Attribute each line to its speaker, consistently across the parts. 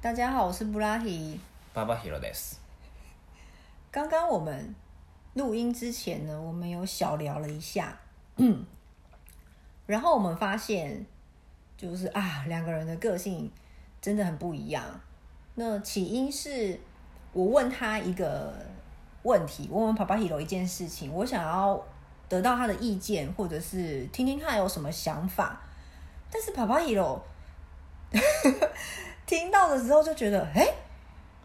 Speaker 1: 大家好，我是布拉提。
Speaker 2: ババヒロです。
Speaker 1: 刚刚我们录音之前呢，我们有小聊了一下，然后我们发现，就是啊，两个人的个性真的很不一样。那起因是我问他一个问题，我问帕帕希罗一件事情，我想要得到他的意见，或者是听听他有什么想法。但是帕帕希罗听到的时候就觉得，哎、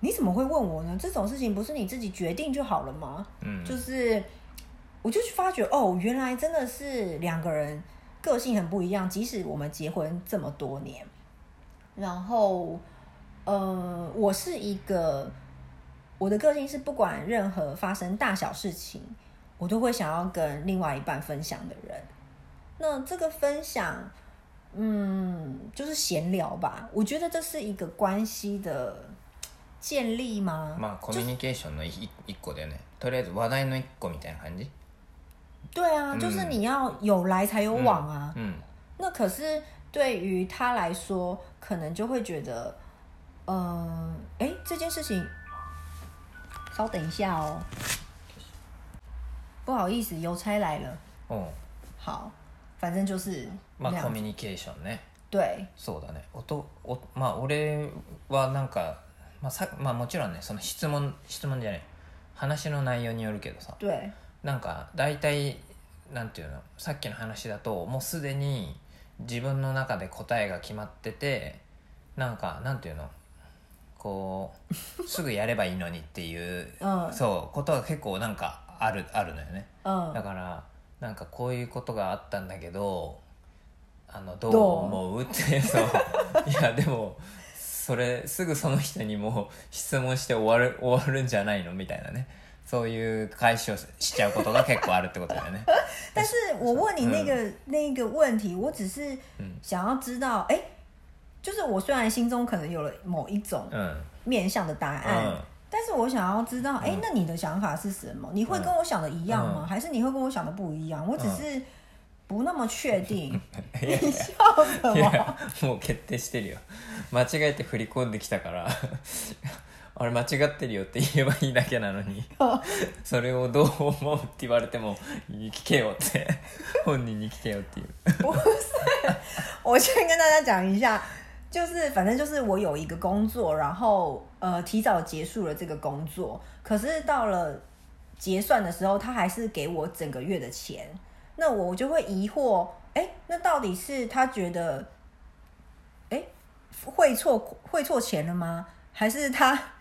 Speaker 1: 你怎么会问我呢？这种事情不是你自己决定就好了吗？
Speaker 2: 嗯，
Speaker 1: 就是我就去发觉哦，原来真的是两个人个性很不一样，即使我们结婚这么多年，然后呃，我是一个我的个性是不管任何发生大小事情，我都会想要跟另外一半分享的人。那这个分享，嗯，就是闲聊吧。我觉得这是一个关系的建立吗？
Speaker 2: まあコミュニケーションの一一個だよね。とりあえず話題の一個みたいな感じ。
Speaker 1: 对啊，就是你要有来才有往啊。
Speaker 2: うん。
Speaker 1: 那可是对于他来说，可能就会觉得，呃，哎，这件事情，稍等一下哦。不好意思，邮差来了。
Speaker 2: おう
Speaker 1: 好，反正就是
Speaker 2: ま
Speaker 1: 那
Speaker 2: あコ
Speaker 1: 样。
Speaker 2: ミュニケーションね。
Speaker 1: 对，
Speaker 2: そうだね。おとおまあ俺はなんかまあさまあもちろんねその質問質問じゃない話の内容によるけどさ
Speaker 1: 对，
Speaker 2: なんか大体なんていうのさっきの話だともうすでに自分の中で答えが決まっててなんかなんていうのこうすぐやればいいのにっていう
Speaker 1: うん
Speaker 2: そうことが結構なんかあるあるのよねだ
Speaker 1: 嗯，
Speaker 2: からなんかこういうことがあったんだけどあのどう
Speaker 1: どう
Speaker 2: 思うってそう いやでもそれすぐその人にもう質問して終わる終わるんじゃないのみたいなねそういう解消しちゃうことが結構あるってことだよね
Speaker 1: 但是我问你那个、那个问题，我只是想要知道，哎、就是我虽然心中可能有了某一种
Speaker 2: うん
Speaker 1: 面向的答案，
Speaker 2: うん
Speaker 1: 但是我想要知道，哎、那你的想法是什么？你会跟我想的一样吗？还是你会跟我想的不一样？我只是不那么确定。 你笑什
Speaker 2: い
Speaker 1: 么？
Speaker 2: やもう決定してるよ間違えて振り込んできたから あれ間違ってるよって言えばいいだけなのにそれをどう思うって言われても聞けよって 本人に聞けよっていう
Speaker 1: 我先跟大家讲一下，就是反正就是我有一个工作，然后呃提早结束了这个工作，可是到了结算的时候，他还是给我整个月的钱，那我就会疑惑，哎、那到底是他觉得，哎、汇错汇错钱了吗？还是他？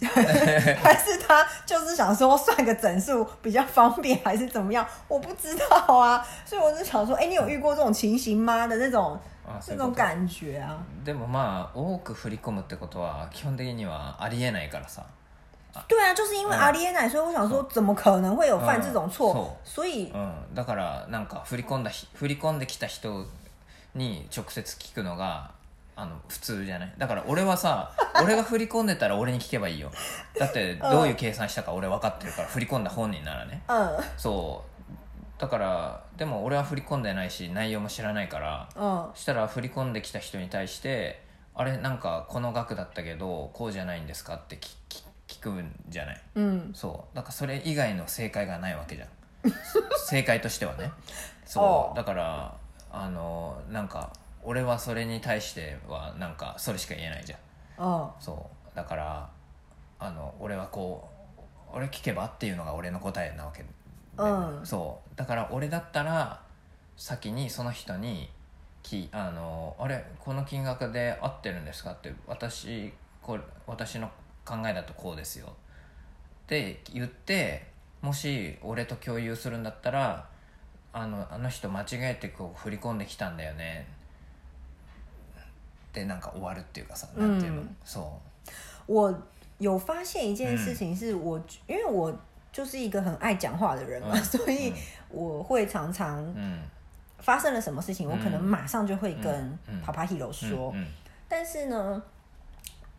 Speaker 1: 还是他就是想说算个整数比较方便，还是怎么样？我不知道啊，所以我就想说，哎、你有遇过这种情形吗？的那种
Speaker 2: あそう
Speaker 1: 那
Speaker 2: いうこと
Speaker 1: 种感觉啊，
Speaker 2: でもまあ多く振り込むってことは基本的にはありえないからさ
Speaker 1: 对啊，就是因为
Speaker 2: 嗯
Speaker 1: 阿里耶奶，所以我想说，怎么可能会有犯这种
Speaker 2: 嗯
Speaker 1: 错
Speaker 2: 错？
Speaker 1: 所以
Speaker 2: うん、だからなんか振り込んだひ振り込んできた人に直接聞くのがあの普通じゃないだから俺はさ俺が振り込んでたら俺に聞けばいいよだってどういう計算したか俺分かってるから振り込んだ本人ならね
Speaker 1: 嗯
Speaker 2: そうだからでも俺は振り込んでないし内容も知らないから
Speaker 1: 嗯
Speaker 2: そしたら振り込んできた人に対してあれなんかこの額だったけどこうじゃないんですかって聞聞聞くんじゃない
Speaker 1: 嗯，
Speaker 2: そうだからそれ以外の正解がないわ けじゃん正解としてはね
Speaker 1: お
Speaker 2: そううだからあのなんか俺はそれに対してはなんかそれしか言えないじゃん
Speaker 1: 哦，
Speaker 2: そうだからあの俺はこう俺聞けばっていうのが俺の答えなわけで、
Speaker 1: うん
Speaker 2: そうだから俺だったら先にその人にきあのあれこの金額で合ってるんですかって私これ私の考えだとこうですよって言ってもし俺と共有するんだったらあのあの人間違えてこう振り込んできたんだよねでなんか終わるっていうかさ、なんていうの
Speaker 1: うん
Speaker 2: そ
Speaker 1: 我有发现一件事情，是我、因为我就是一个很爱讲话的人嘛，
Speaker 2: 嗯
Speaker 1: 所以我会常常
Speaker 2: ううん
Speaker 1: 发生了什么事情，我可能
Speaker 2: 嗯
Speaker 1: 马上就会跟
Speaker 2: 嗯嗯
Speaker 1: Papa Hero 说。
Speaker 2: うん
Speaker 1: 但是呢，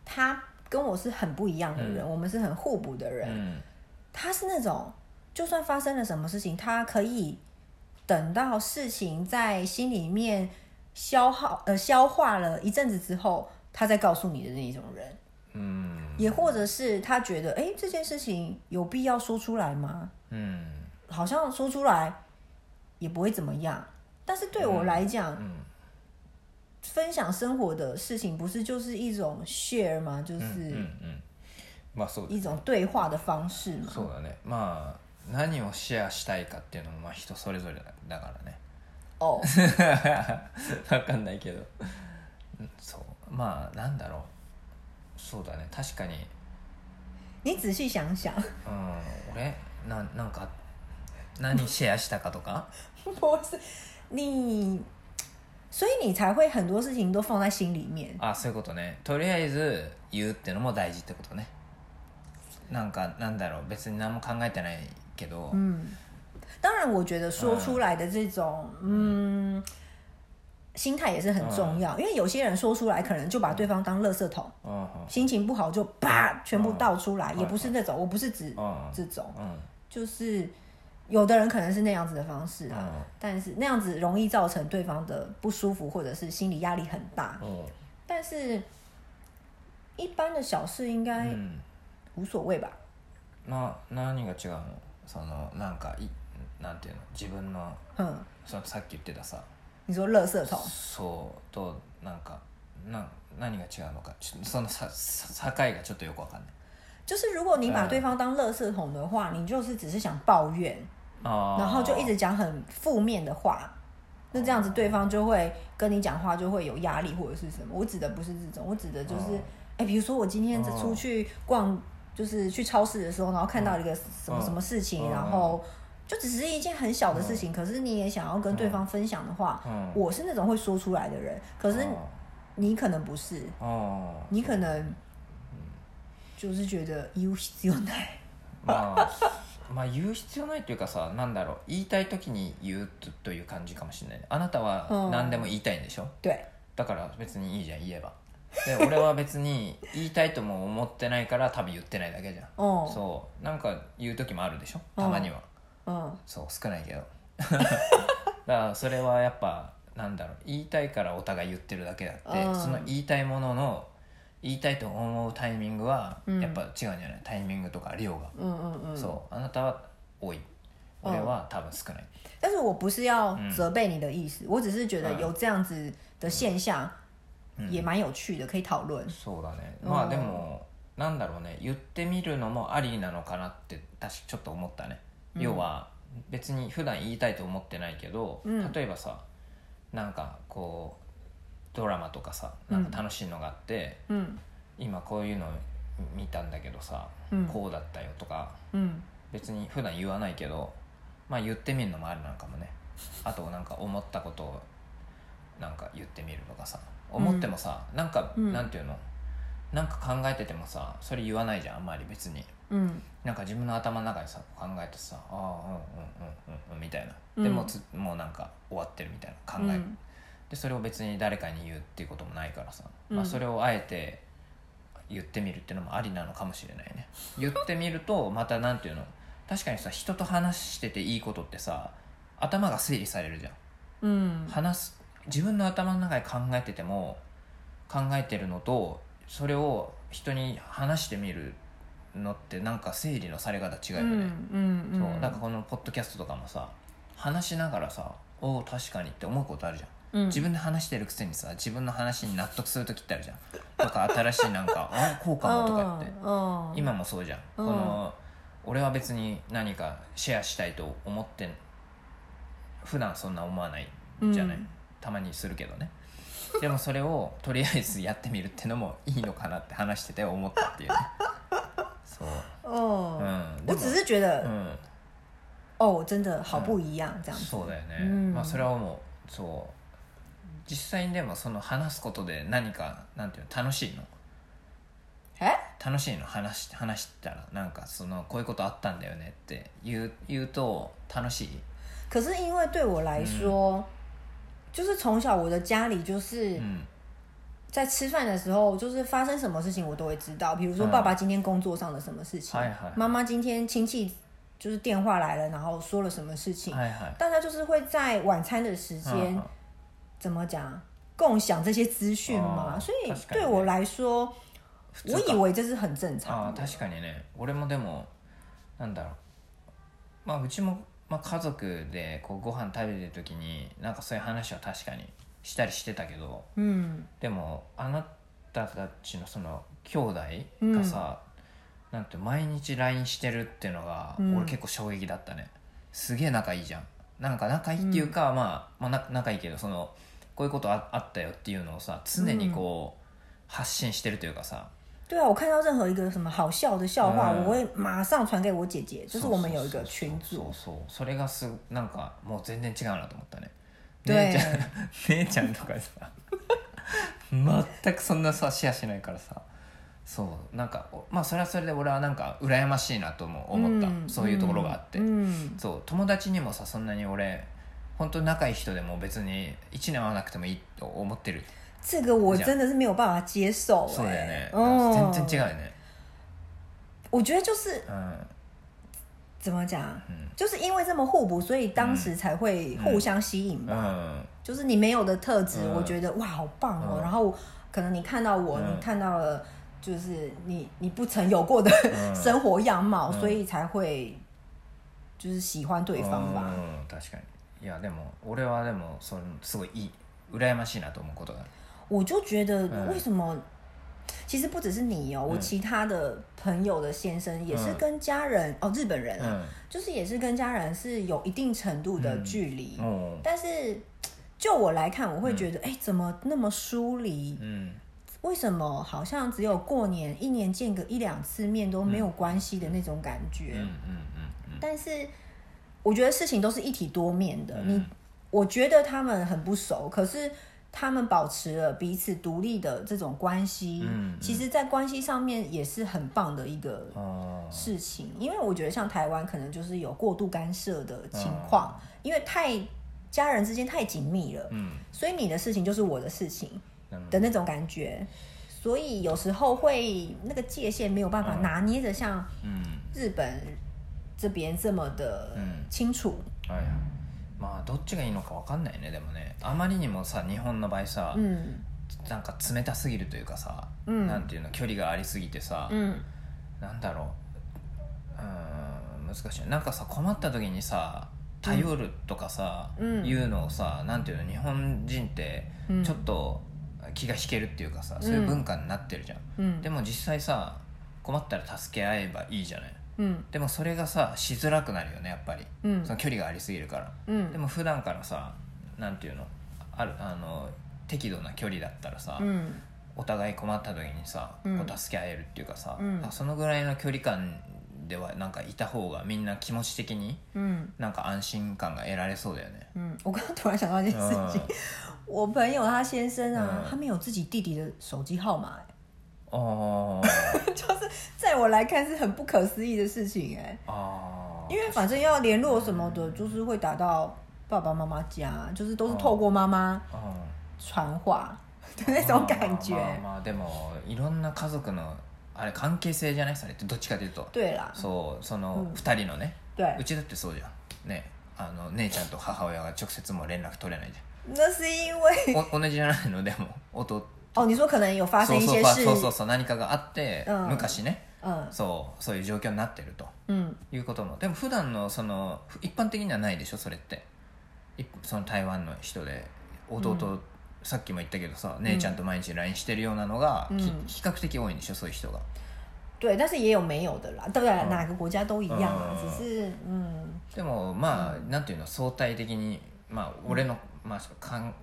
Speaker 1: 他跟我是很不一样的人，
Speaker 2: 嗯
Speaker 1: 我们是很互补的
Speaker 2: う
Speaker 1: 人。
Speaker 2: ん
Speaker 1: 他是那种就算发生了什么事情，他可以等到事情在心里面消耗呃消化了一阵子之后，他在告诉你的那一种人，
Speaker 2: うん
Speaker 1: 也或者是他觉得，哎，这件事情有必要说出来吗？
Speaker 2: うん
Speaker 1: 好像说出来也不会怎么样。但是对我来讲，
Speaker 2: うん
Speaker 1: 分享生活的事情不是就是一种 share 吗？就
Speaker 2: うんう
Speaker 1: 是
Speaker 2: んまあそう
Speaker 1: 一种对话的方式嘛。
Speaker 2: そうだねまあ何をシェアしたいかっていうのもまあ人それぞれだだからね
Speaker 1: 哦，
Speaker 2: わかんないけどうんそうまあなんだろうそうだね確かに
Speaker 1: 你仔细想想，
Speaker 2: うん俺ななんか何シェアしたかとか
Speaker 1: 不是你，所以你才会很多事情都放在心里面。
Speaker 2: あそういうことねとりあえず言うってのも大事ってことねなんかなんだろう別に何も考えてないけど、
Speaker 1: 嗯，当然，我觉得说出来的这种嗯心态也是很重
Speaker 2: 嗯
Speaker 1: 要，因为有些人说出来可能就把对方当垃圾桶，
Speaker 2: うんうん
Speaker 1: 心情不好就啪全部倒出来，
Speaker 2: 嗯
Speaker 1: 也不是那种，我不是指
Speaker 2: うん
Speaker 1: 这种，
Speaker 2: うん
Speaker 1: 就是有的人可能是那样子的方式啊，
Speaker 2: 嗯
Speaker 1: 但是那样子容易造成对方的不舒服或者是心理压力很大，
Speaker 2: おう
Speaker 1: 但是一般的小事应
Speaker 2: う
Speaker 1: 该
Speaker 2: ん
Speaker 1: 无所谓吧。
Speaker 2: な何が違うのそのなんかいなんていうの自分の
Speaker 1: 嗯，
Speaker 2: そのさっき言ってたさ
Speaker 1: 你说垃圾桶，
Speaker 2: そうとなんかな何が違うのかちょっとそのささ境がちょっとよくわかんない
Speaker 1: 就是如果你把
Speaker 2: 嗯
Speaker 1: 对方当垃圾桶的话，你就是只是想抱怨，
Speaker 2: あー
Speaker 1: 然后就一直讲很负面的话，那这样子对方就会跟你讲话就会有压力或者是什么。我指的不是这种，我指的就是
Speaker 2: 哦，
Speaker 1: 哎、比如说我今天
Speaker 2: 哦
Speaker 1: 出去逛，就是去超市的时候，然后看到一个什么
Speaker 2: 哦
Speaker 1: 什么事情，
Speaker 2: 哦
Speaker 1: 然后就只是一件很小的事情，可是你也想要
Speaker 2: 哦
Speaker 1: 跟对方分享的话，
Speaker 2: 嗯
Speaker 1: 我是那种会说出来的人，可是
Speaker 2: 哦
Speaker 1: 你可能不是，
Speaker 2: あー
Speaker 1: 你可能就是觉得一无必要ない。
Speaker 2: まあ、 まあ言う必要ないというかさなんだろう言いたい時に言うとという感じかもしれないねあなた
Speaker 1: う
Speaker 2: は
Speaker 1: ん
Speaker 2: 何でも言いたいんでしょ、
Speaker 1: 对，
Speaker 2: だから別にいいじゃん言えばで俺は別に言いたいとも思ってないから多分言ってないだけじゃん、
Speaker 1: 嗯
Speaker 2: そうなんか言う時もあるでしょたまには、
Speaker 1: 嗯
Speaker 2: そう少ないけ どだからそれはやっぱなんだろう言いたいからお互い言ってるだけだって、
Speaker 1: うん
Speaker 2: その言いたいものの言いたいと思うタイミングは
Speaker 1: うん
Speaker 2: やっぱ違うんじゃない、タイミングとか量が
Speaker 1: 嗯嗯嗯。
Speaker 2: そうあなたは多い
Speaker 1: うん
Speaker 2: 俺は多分少ない、
Speaker 1: 但是我不是要责备你的意思，我只是觉得有这样子的现象
Speaker 2: 嗯
Speaker 1: 也蛮有趣的，可以讨论。
Speaker 2: そうだね
Speaker 1: うん
Speaker 2: まあでもなんだろうね言ってみるのもありなのかなって確かちょっと思ったね、
Speaker 1: うん
Speaker 2: 要は別に普段言いたいと思ってないけど、
Speaker 1: うん
Speaker 2: 例えばさなんかこうドラマとかさなんか楽しいのがあって、
Speaker 1: 嗯
Speaker 2: 今こういうの見たんだけどさ、
Speaker 1: うん
Speaker 2: こうだったよとか
Speaker 1: 嗯
Speaker 2: 別に普段言わないけどまあ言ってみるのもあるなのかもねあとなんか思ったことをなんか言ってみるとかさ思ってもさ、なんか、
Speaker 1: うん
Speaker 2: なんていうのなんか考えててもさそれ言わないじゃんあんまり別に
Speaker 1: 嗯
Speaker 2: なんか自分の頭の中でさ考えてさああうんうんうんうんうんみたいな、
Speaker 1: うん
Speaker 2: でもつもうなんか終わってるみたいな考え、
Speaker 1: 嗯
Speaker 2: でそれを別に誰かに言うっていうこともないからさ、ま
Speaker 1: う
Speaker 2: あ、
Speaker 1: ん
Speaker 2: それをあえて言ってみるっていうのもありなのかもしれないね言ってみるとまたなんていうの確かにさ人と話してていいことってさ頭が整理されるじゃん
Speaker 1: 嗯
Speaker 2: 話す自分の頭の中で考えてても考えてるのとそれを人に話してみるのってなんか整理のされ方違うよね、
Speaker 1: 嗯嗯
Speaker 2: そうなんか
Speaker 1: 嗯
Speaker 2: このポッドキャストとかもさ話しながらさおお確かにって思うことあるじゃん
Speaker 1: 嗯
Speaker 2: 自分で話してるくせにさ自分の話に納得する時ってあるじゃんとか新しいなんか あこうかもとかって
Speaker 1: 嗯
Speaker 2: 今もそうじゃん
Speaker 1: う
Speaker 2: こ
Speaker 1: ん
Speaker 2: の俺は別に何かシェアしたいと思って普段そんな思わないじゃない、
Speaker 1: うん
Speaker 2: たまにするけどねでもそれをとりあえずやってみるってのもいいのかなって話してて思ったっていうねそうう
Speaker 1: 哦，
Speaker 2: んで
Speaker 1: 我
Speaker 2: も
Speaker 1: 只是觉
Speaker 2: う
Speaker 1: 得
Speaker 2: ん
Speaker 1: 哦，真的好不一样这样子。
Speaker 2: そうだよね、
Speaker 1: うん
Speaker 2: まあそれはもうそう実際にでもその話すことで何かなんていうの楽しいの
Speaker 1: 哎，
Speaker 2: 楽しいの話し話したらなんかそのこういうことあったんだよねって言う言うと楽しい
Speaker 1: 可是因为对我来说，就是从小我的家里就是
Speaker 2: うん
Speaker 1: 在吃饭的时候，就是发生什么事情我都会知道，比如说
Speaker 2: 嗯
Speaker 1: 爸爸今天工作上的什么事情
Speaker 2: はい，はい
Speaker 1: 妈妈今天亲戚就是电话来了，然后说了什么事情，
Speaker 2: はいはい
Speaker 1: 大家就是会在晚餐的时
Speaker 2: うんうん
Speaker 1: 间怎么讲共享这些资讯嘛，
Speaker 2: あー
Speaker 1: 所以
Speaker 2: 確かに
Speaker 1: 对
Speaker 2: ね
Speaker 1: 我来说，
Speaker 2: 普
Speaker 1: 我
Speaker 2: か
Speaker 1: 以为这是很正
Speaker 2: ああ
Speaker 1: 常的。
Speaker 2: 確かにね俺もでもなんだろうまあうちも、まあ、家族でこうご飯食べてる時になんかそういう話は確かにしたりしてたけど
Speaker 1: 嗯
Speaker 2: でもあなたたちのその兄弟がさ、なんて毎日 LINE してるっていうのが、
Speaker 1: うん
Speaker 2: 俺結構衝撃だったねすげえ仲いいじゃんなんか仲いいっていうか、まあ、まあな仲いいけどそのこういうことああったよっていうのをさ常にこう、発信してるというかさ、
Speaker 1: 对啊，我看到任何一个什么好笑的笑话，
Speaker 2: 嗯
Speaker 1: 我会马上传给我姐姐。就是我们有一个群
Speaker 2: そう
Speaker 1: 组，
Speaker 2: そうそうそれがすなんかもう全然違うなと思ったね
Speaker 1: 对
Speaker 2: 姉ちゃん姉ちゃんとかさ 全くそんなさシェアしないからさそうなんかおまあそれはそれで俺はなんか羨ましいなとも思った、
Speaker 1: 嗯
Speaker 2: そういうところがあって、
Speaker 1: 嗯，
Speaker 2: そう友達にもさそんなに俺本当に仲いい人でも別に1年会わなくてもいいと思ってる
Speaker 1: 这个我真的是没有办法接受、
Speaker 2: そうだよ
Speaker 1: 哎
Speaker 2: ね、
Speaker 1: 嗯，
Speaker 2: 全然違うよね
Speaker 1: 我觉得就是
Speaker 2: うん
Speaker 1: 怎么讲
Speaker 2: 嗯，
Speaker 1: 就是因为这么互补，所以当时才会互相吸引
Speaker 2: う
Speaker 1: 吧。
Speaker 2: ん
Speaker 1: 就是你没有的特质，
Speaker 2: 嗯
Speaker 1: 我觉得哇，好棒哦。
Speaker 2: 嗯
Speaker 1: 然后可能你看到我，
Speaker 2: 嗯
Speaker 1: 你看到了，就是你你不曾有过的
Speaker 2: 嗯
Speaker 1: 生活样貌，
Speaker 2: 嗯
Speaker 1: 所以才会就是喜欢对方吧。
Speaker 2: うん確かにいやでも俺はでもそれすごいいい羨ましいなと思うことがある
Speaker 1: 我就觉得
Speaker 2: 嗯
Speaker 1: 为什么？其实不只是你哦、我
Speaker 2: 嗯
Speaker 1: 其他的朋友的先生也是
Speaker 2: 嗯
Speaker 1: 跟家人、哦，日本人啊，
Speaker 2: う
Speaker 1: 就是也是跟家人是有一定程度的
Speaker 2: 嗯
Speaker 1: 距离，
Speaker 2: ん
Speaker 1: 但是就我来看，我
Speaker 2: 嗯
Speaker 1: 会觉得，哎、怎么那么疏离？
Speaker 2: うん
Speaker 1: 为什么好像只有过年一年见个一两次面都
Speaker 2: 嗯
Speaker 1: 没有关系的那种感觉？
Speaker 2: うんうんうん
Speaker 1: 但是我觉得事情都是一体多面的。
Speaker 2: 嗯
Speaker 1: 你，我觉得他们很不熟，可是他们保持了彼此独立的这种关系，
Speaker 2: 嗯嗯
Speaker 1: 其实，在关系上面也是很棒的一个
Speaker 2: うんあー
Speaker 1: 事情，因为我觉得像台湾可能就是有过度干涉的情况，
Speaker 2: 嗯
Speaker 1: 因为太家人之间太紧密了，
Speaker 2: うん
Speaker 1: 所以你的事情就是我的事情
Speaker 2: なるほ
Speaker 1: 的那种感觉，所以有时候会那个界限没有办法
Speaker 2: 嗯
Speaker 1: 拿捏的像
Speaker 2: どうん
Speaker 1: 日本这边这么的
Speaker 2: 嗯
Speaker 1: 清楚，
Speaker 2: はいはいまあどっちがいいのか分かんないねでもねあまりにもさ日本の場合さ
Speaker 1: 嗯
Speaker 2: なんか冷たすぎるというかさ
Speaker 1: うん
Speaker 2: なんていうの距離がありすぎてさ
Speaker 1: 嗯
Speaker 2: なんだろううーん難しいなんかさ困った時にさ頼るとかさ、
Speaker 1: うん
Speaker 2: いうのをさなんていうの日本人って
Speaker 1: うん
Speaker 2: ちょっと気が引けるっていうかさ、そういう文化になってるじゃん、
Speaker 1: 嗯
Speaker 2: でも実際さ困ったら助け合えばいいじゃない
Speaker 1: 嗯
Speaker 2: でもそれがさしづらくなるよねやっぱり、
Speaker 1: うん
Speaker 2: その距離がありすぎるからで
Speaker 1: 嗯
Speaker 2: も普段からさなんていうのあるあの適度な距離だったらさ、
Speaker 1: 嗯
Speaker 2: お互い困った時にさ、
Speaker 1: うん
Speaker 2: こう助け合えるっていうかさ、
Speaker 1: うん
Speaker 2: あそのぐらいの距離感ではなんかいた方がみんな気持ち的に
Speaker 1: 嗯
Speaker 2: なんか安心感が得られそうだよ ね。
Speaker 1: 嗯，我刚刚突然想到一件事情，我朋友他先生啊，
Speaker 2: 嗯
Speaker 1: 他们有自己弟弟的手机号码、
Speaker 2: あ
Speaker 1: 就是在我来看是很不可思议的事情哎、
Speaker 2: ああ
Speaker 1: 因为反正要联络什么的，就是会打到爸爸妈妈家，就是都是透过妈妈
Speaker 2: あ、うん
Speaker 1: 传话的 那种感觉。
Speaker 2: まあまあまあでもいろんな家族のあれ関係性じゃないそれってどっちかというと
Speaker 1: 对啦，
Speaker 2: そうその
Speaker 1: うん
Speaker 2: 2人のね、う
Speaker 1: 对，
Speaker 2: ちだってそうじゃんねあの姉ちゃんと母親が直接もう連絡取れないじ
Speaker 1: 那是因为
Speaker 2: ゃんお同じじゃないのでも弟
Speaker 1: 哦，你说可能有发生一些事，
Speaker 2: そうそうそうそうそう何かがあって、
Speaker 1: うん
Speaker 2: 昔ね
Speaker 1: 嗯
Speaker 2: そうそういう状況になってると
Speaker 1: 嗯
Speaker 2: いうこともでも普段のそのふ一般的にはないでしょそれっていその台湾の人で弟、
Speaker 1: う
Speaker 2: さっきも言ったけどさ姉ちゃんと毎日 LINE してるようなのが、き
Speaker 1: うん
Speaker 2: 比較的多いんでしょそういう人が
Speaker 1: 对，但是也有没有的啦，对不对？
Speaker 2: 嗯
Speaker 1: 哪个国家都一样啊，
Speaker 2: 嗯
Speaker 1: 只是嗯
Speaker 2: でもまあ、
Speaker 1: う
Speaker 2: なんていうの相対的にまあ俺の、まあ、かん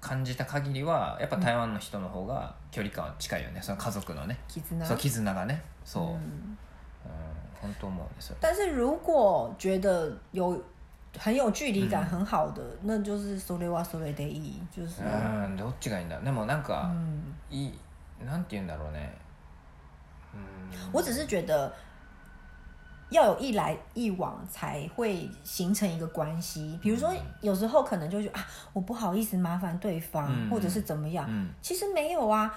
Speaker 2: 感じた限りはやっぱ台湾の人の方が距離感は近いよねその家族のね
Speaker 1: 絆
Speaker 2: そう絆がねそう、うん
Speaker 1: 嗯
Speaker 2: 本当思うねそれ
Speaker 1: 但是如果觉得有很有距离
Speaker 2: 嗯
Speaker 1: 感、很好的，那就是それはそれでいい，就是
Speaker 2: うんどっちがいいんだでもなんか、
Speaker 1: 嗯，
Speaker 2: いいなんて言うんだろうねうん
Speaker 1: 我只是觉得要有一来一往才会形成一个关系。比如说，
Speaker 2: 嗯
Speaker 1: 有时候可能就觉得啊，我不好意思麻烦对方，
Speaker 2: 嗯
Speaker 1: 或者是怎么样，
Speaker 2: うん
Speaker 1: 其实没有啊。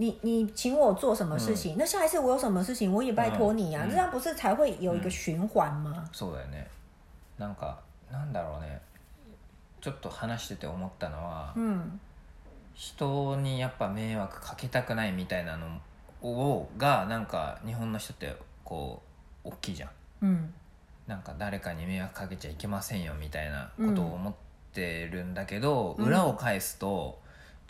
Speaker 1: 你你请我做什么事情，那下一次我有什么事情，我也拜托你啊，
Speaker 2: 嗯
Speaker 1: 这样不是才会有一个循环吗？
Speaker 2: そうだよねなんかなんだろうねちょっと話してて思ったのは
Speaker 1: 嗯
Speaker 2: 人にやっぱ迷惑かけたくないみたいなのをがなんか日本の人ってこう大きいじゃん
Speaker 1: うん
Speaker 2: なんか誰かに迷惑かけちゃいけませんよみたいなことを思ってるんだけど、
Speaker 1: うん
Speaker 2: 裏を返すと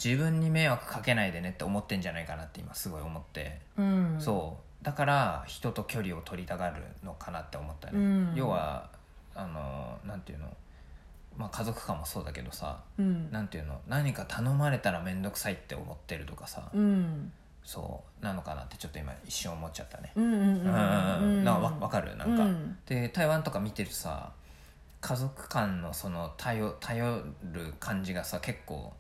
Speaker 2: 自分に迷惑かけないでねって思ってんじゃないかなって今すごい思って、
Speaker 1: うん
Speaker 2: そうだから人と距離を取りたがるのかなって思ったね、
Speaker 1: うん
Speaker 2: 要はあのなんていうのまあ家族間もそうだけどさ
Speaker 1: うん
Speaker 2: なんていうの何か頼まれたら面倒くさいって思ってるとか
Speaker 1: 嗯
Speaker 2: さ、
Speaker 1: うん
Speaker 2: そうなのかなってちょっと今一瞬思っちゃったね
Speaker 1: うんうんうん
Speaker 2: うんう
Speaker 1: 嗯
Speaker 2: んうんなんかわわかるなんか、
Speaker 1: うん
Speaker 2: で台湾とか見てるとさ家族間のその頼頼る感じがさ結構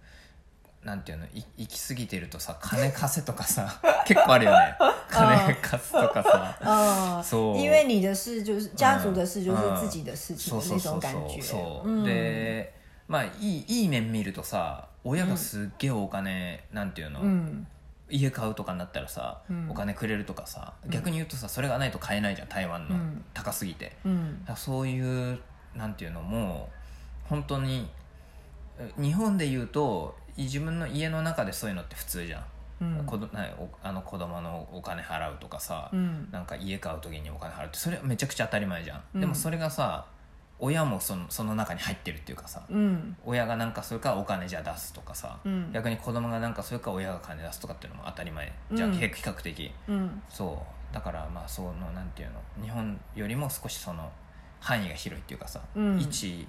Speaker 2: なんていうのい行き過ぎてるとさ金貸せとかさ 結構あるよね金貸すとかさ
Speaker 1: 啊，
Speaker 2: そう
Speaker 1: 因为你的事就是家族的事，就是自己的事情
Speaker 2: そう
Speaker 1: 的那
Speaker 2: そうそ
Speaker 1: 种
Speaker 2: う
Speaker 1: 感
Speaker 2: そ
Speaker 1: 觉。
Speaker 2: うそう、
Speaker 1: 嗯
Speaker 2: でまあいいいい面見るとさ親がすっげえお金、なんていうの、
Speaker 1: 嗯
Speaker 2: 家買うとかになったらさ、
Speaker 1: うん
Speaker 2: お金くれるとかさ逆に言うとさそれがないと買えないじゃん台湾の、
Speaker 1: うん
Speaker 2: 高すぎて
Speaker 1: 嗯
Speaker 2: だからそういうなんていうのも本当にえ日本で言うとい自分の家の中でそういうのって普通じゃん、
Speaker 1: 嗯
Speaker 2: 子どなおあの子供のお金払うとかさ、
Speaker 1: 嗯
Speaker 2: なんか家買う時にお金払うってそれはめちゃくちゃ当たり前じゃん、
Speaker 1: うん
Speaker 2: でもそれがさ親もそのその中に入ってるっていうかさ、
Speaker 1: 嗯
Speaker 2: 親がなんかそれからお金じゃ出すとかさ、
Speaker 1: うん
Speaker 2: 逆に子供がなんかそれから親が金出すとかっていうのも当たり前じゃあ、
Speaker 1: うん
Speaker 2: 比較的
Speaker 1: 嗯
Speaker 2: そうだからまあそのなんていうの日本よりも少しその範囲が広いっていうかさ、
Speaker 1: うん
Speaker 2: 一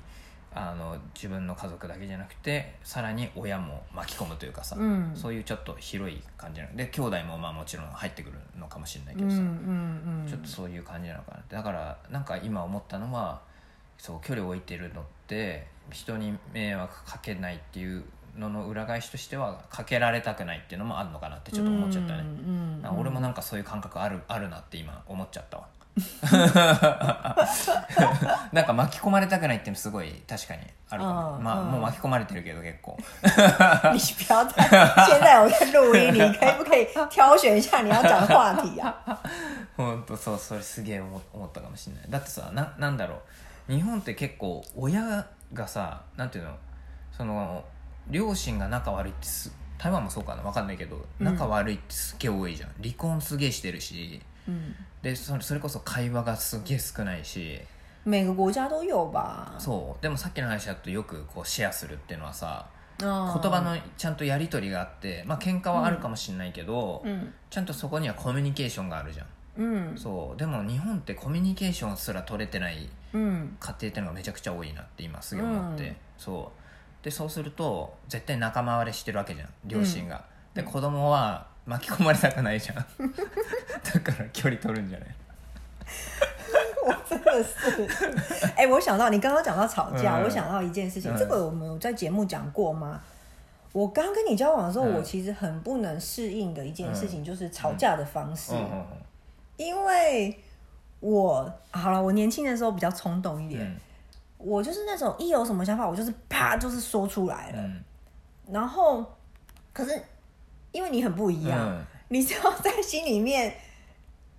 Speaker 2: あの自分の家族だけじゃなくてさらに親も巻き込むというかさ、
Speaker 1: 嗯
Speaker 2: そういうちょっと広い感じなので兄弟もまあもちろん入ってくるのかもしれないけどさ、
Speaker 1: 嗯嗯嗯，
Speaker 2: ちょっとそういう感じなのかなってだからなんか今思ったのはそう距離を置いてるのって人に迷惑かけないっていうのの裏返しとしてはかけられたくないっていうのもあるのかなってちょっと思っちゃったね、
Speaker 1: 嗯，嗯
Speaker 2: あ俺もなんかそういう感覚あるあるなって今思っち ゃったわなんか巻き込まれたくないってすごい確かにあるかも、
Speaker 1: うん
Speaker 2: まあ
Speaker 1: うん
Speaker 2: もう巻き込まれてるけど結構
Speaker 1: 你不要再，现在我在录音，你可以不可以挑选一下你要讲话题啊？
Speaker 2: ほんとそうそれすげえ思思ったかもしれないだってさななんだろう日本って結構親がさなんていうのその両親が仲悪いってす台湾もそうかな分かんないけど
Speaker 1: うん
Speaker 2: 仲悪いってすっげえ多いじゃん離婚すげえしてるし
Speaker 1: 嗯，
Speaker 2: でそれそれこそ会話がすげえ少ないし
Speaker 1: 每个国家都有吧？
Speaker 2: そうでもさっきの話だとよくこうシェアするっていうのはさ言
Speaker 1: 言
Speaker 2: 葉のちゃんとやり取りがあってまあ喧嘩はあるかもしれないけど、
Speaker 1: 嗯
Speaker 2: ちゃんとそこにはコミュニケーションがあるじゃん
Speaker 1: 嗯
Speaker 2: そうでも日本ってコミュニケーションすら取れてない
Speaker 1: 嗯
Speaker 2: 家庭ってのがめちゃくちゃ多いなって今すげえ思って、
Speaker 1: うん
Speaker 2: そうでそうすると絶対仲間割れしてるわけじゃん両親が、
Speaker 1: うん
Speaker 2: で子供は巻き込まれたくないじゃん だから距離取るんじゃない
Speaker 1: 我真的是，哎、我想到你刚刚讲到吵架，
Speaker 2: 嗯
Speaker 1: 我想到一件事情，
Speaker 2: 嗯
Speaker 1: 这个我们有在节目讲过吗？我刚跟你交往的时候，
Speaker 2: 嗯
Speaker 1: 我其实很不能适应的一件事情就是吵架的方式，
Speaker 2: うんうんうん
Speaker 1: 因为我好了，我年轻的时候比较冲动一点，我就是那种一有什么想法，我就是啪就是说出来
Speaker 2: う
Speaker 1: 了，
Speaker 2: ん
Speaker 1: 然后可是因为你很不一
Speaker 2: う
Speaker 1: 样，
Speaker 2: ん
Speaker 1: 你只要在心里面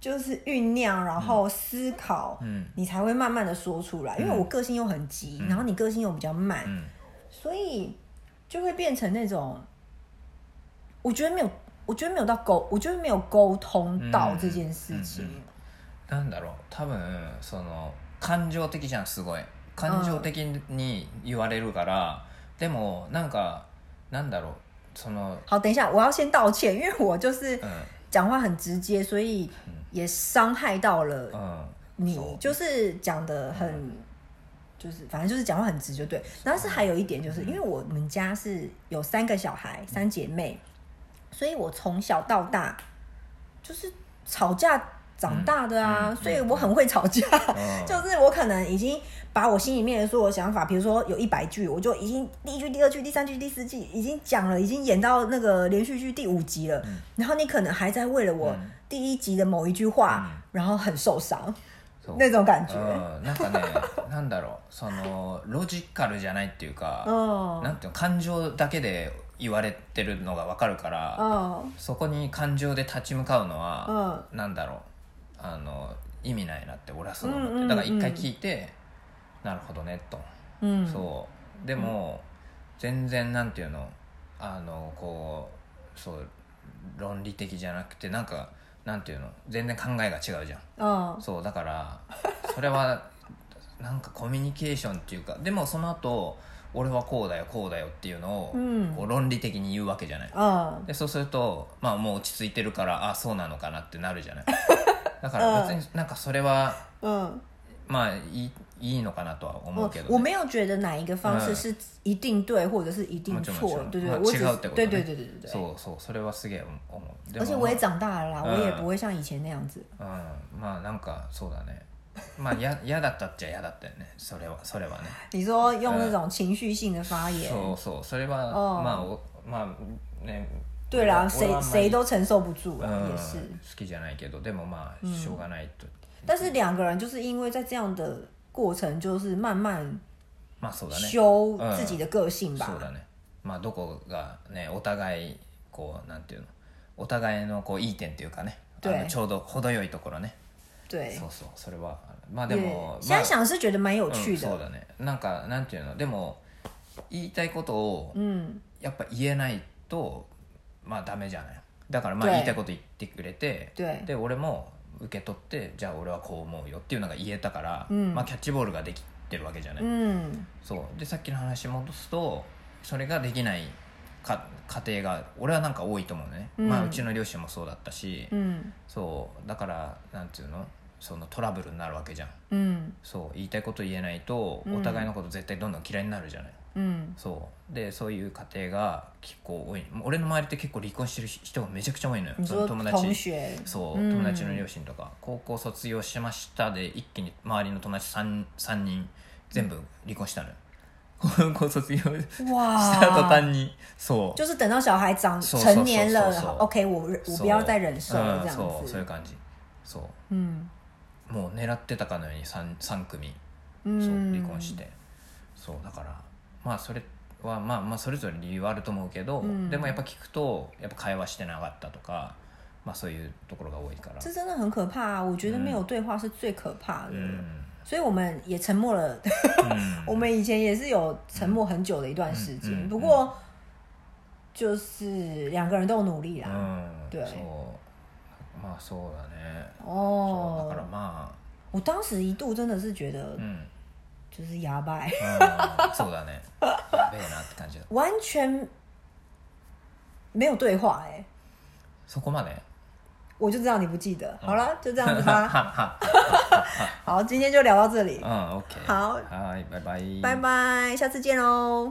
Speaker 1: 就是酝酿，然后思考，
Speaker 2: 嗯
Speaker 1: 你才会慢慢的说出来。因为我个性又很急，然后你个性又比较慢，
Speaker 2: うん
Speaker 1: 所以就会变成那种，我觉得没有，我觉得没有到沟，我觉得没有沟通到这件事情。
Speaker 2: 嗯嗯なんだろう多分その感情的じゃんすごい感情的に言われるから、でもなんかなんだろうその
Speaker 1: 好，等一下，我要先道歉，因为我就是
Speaker 2: うん
Speaker 1: 讲话很直接，所以
Speaker 2: 嗯
Speaker 1: 也伤害到了
Speaker 2: うん
Speaker 1: 你
Speaker 2: そう
Speaker 1: 就是讲的很，就是反正就是讲话很直就对。然后是还有一点，
Speaker 2: 嗯
Speaker 1: 就是因为我们家是有三个小孩，三姐妹，所以我从小到大就是吵架长大的啊，
Speaker 2: 嗯嗯
Speaker 1: 所以我很会吵架。
Speaker 2: うん
Speaker 1: 就是我可能已经把我心里面的所有想法，比如说有一百句，我就已经第一句、第二句、第三句、第四句已经讲了，已经演到那个连续剧第五集了。然后你可能还在为了我
Speaker 2: 嗯
Speaker 1: 第一集的某一句话，
Speaker 2: 嗯
Speaker 1: 然后很受伤
Speaker 2: そう
Speaker 1: 那种感觉。
Speaker 2: うんなんかねなんだろうそのロジカルじゃないっていうか、な
Speaker 1: 嗯
Speaker 2: んていうの感情だけで言われてるのが分かるから、
Speaker 1: 嗯
Speaker 2: そこに感情で立ち向かうのは、
Speaker 1: 嗯
Speaker 2: なんだろうあの意味ないなって俺はすごい思って、
Speaker 1: うんうんうん
Speaker 2: だから一回聞いてなるほどねと、
Speaker 1: 嗯，
Speaker 2: そうでも、全然なんていうのあのこうそう論理的じゃなくてなんかなんていうの全然考えが違うじゃん
Speaker 1: うん
Speaker 2: そうだからそれはなんかコミュニケーションっていうかでもその後俺はこうだよこうだよっていうのを、
Speaker 1: うん
Speaker 2: こう論理的に言うわけじゃない
Speaker 1: うん
Speaker 2: でそうするとまあもう落ち着いてるからあそうなのかなってなるじゃないだか
Speaker 1: う
Speaker 2: ら
Speaker 1: ん
Speaker 2: 別になんかそれは
Speaker 1: 嗯，
Speaker 2: まあいいいいのかなとは思う
Speaker 1: 我
Speaker 2: けどね、
Speaker 1: 我没有觉得哪一个方式是一定对或者是一定
Speaker 2: もちろんもち
Speaker 1: 错
Speaker 2: ろ，ん
Speaker 1: 对对，
Speaker 2: まあ
Speaker 1: 我只
Speaker 2: 違うってこと
Speaker 1: 对对
Speaker 2: ね
Speaker 1: 对对对对。
Speaker 2: そうそうそれはすげえ思うでも
Speaker 1: 而且我也长大了啦，
Speaker 2: 嗯
Speaker 1: 我也不会像以前那样子。
Speaker 2: まあうんまあなんかそうだねまあや 嫌だったっちゃ嫌だったよねそれはそれはね
Speaker 1: 你说用那种情绪性的发言，
Speaker 2: そうそうそれは
Speaker 1: うん
Speaker 2: まあおまあね
Speaker 1: 对啦，
Speaker 2: 俺は
Speaker 1: 谁
Speaker 2: あんまり
Speaker 1: 谁都承受不住
Speaker 2: う
Speaker 1: 啦，
Speaker 2: ん
Speaker 1: 也是。
Speaker 2: 好きじゃないけどでもまあしょうがないと、
Speaker 1: 但是两个人就是因为在这样的过程，就是慢慢
Speaker 2: まあそうだね
Speaker 1: 修自嗯己的个性
Speaker 2: そう
Speaker 1: 吧。
Speaker 2: だねまあどこがねお互いこうなんていうのお互いのこういい点っていうかねあ
Speaker 1: 对
Speaker 2: のちょうど程よいところね
Speaker 1: 对
Speaker 2: そ，うそうそれはまあで
Speaker 1: 也
Speaker 2: も
Speaker 1: 现
Speaker 2: まあ
Speaker 1: 在想是觉得蛮有趣
Speaker 2: うん、そ
Speaker 1: 嗯
Speaker 2: う
Speaker 1: 的。
Speaker 2: だねなんかなんていうのでも言いたいことを
Speaker 1: 嗯
Speaker 2: やっぱ言えないとまあダメじゃないだからまあ
Speaker 1: 对
Speaker 2: 言いたいこと言ってくれて
Speaker 1: 对
Speaker 2: で俺も受け取ってじゃあ俺はこう思うよっていうのが言えたから、
Speaker 1: うん
Speaker 2: まあキャッチボールができてるわけじゃない、
Speaker 1: 嗯，
Speaker 2: そうでさっきの話戻すとそれができないか家庭が俺はなんか多いと思うね、
Speaker 1: うん
Speaker 2: まあうちの両親もそうだったし、
Speaker 1: 嗯
Speaker 2: そうだからなんていうのそのトラブルになるわけじゃん
Speaker 1: 嗯
Speaker 2: そう言いたいこと言えないと
Speaker 1: うん
Speaker 2: お互いのこと絶対どんどん嫌いになるじゃない、
Speaker 1: 嗯
Speaker 2: そうでそういう家庭が結構多いもう俺の周りって結構離婚してる人がめちゃくちゃ多いのよ
Speaker 1: 你
Speaker 2: その
Speaker 1: 说
Speaker 2: 友
Speaker 1: 同
Speaker 2: 達
Speaker 1: 学
Speaker 2: そう
Speaker 1: うん
Speaker 2: 友達の両親とか、高校卒業しましたで一気に周りの友達 3, 三人全部離婚したのよ 高校卒業し
Speaker 1: 哇，
Speaker 2: た途 端にそう
Speaker 1: 就是等到小孩长
Speaker 2: 嗖嗖
Speaker 1: 成年了
Speaker 2: 嗖嗖嗖
Speaker 1: ，OK，我忍我
Speaker 2: そう
Speaker 1: 不要再忍受了
Speaker 2: うん
Speaker 1: 这样
Speaker 2: そうそうい
Speaker 1: 子。
Speaker 2: う感じそう
Speaker 1: 嗯
Speaker 2: もう狙ってたかのように 3, 三組そう離
Speaker 1: 嗯，
Speaker 2: 婚して、そうだからまあそれはまあまあそれぞれ理由はあると思うけど、
Speaker 1: うん
Speaker 2: でもやっぱ聞くとやっぱ会話してなかったとかまあそういうところが多いから
Speaker 1: 这真的很可怕啊！我觉得没
Speaker 2: 嗯
Speaker 1: 有对话是最可怕的
Speaker 2: う。ん、
Speaker 1: 所以我们也沉默了， 我们以前也是有沉默很久的一段时
Speaker 2: 嗯
Speaker 1: 间，
Speaker 2: 嗯
Speaker 1: 不过就是两个人都有努力
Speaker 2: う
Speaker 1: 啦。
Speaker 2: ん、
Speaker 1: 对
Speaker 2: そうまあそうだね、そうだから
Speaker 1: 哦，
Speaker 2: ま
Speaker 1: 我当时一度真的是觉得
Speaker 2: あうん、うん、
Speaker 1: 就是牙白，
Speaker 2: そうだ ねやべえなって感じだ
Speaker 1: 完全没有对话哎、
Speaker 2: そこまで
Speaker 1: 我就知道你不记得。好了，就这
Speaker 2: は
Speaker 1: 样子
Speaker 2: っ
Speaker 1: 吧。
Speaker 2: はっ
Speaker 1: 好，今天就聊到这里，
Speaker 2: はうん OK
Speaker 1: 好
Speaker 2: はいバイバイ
Speaker 1: 拜拜，下次见喽。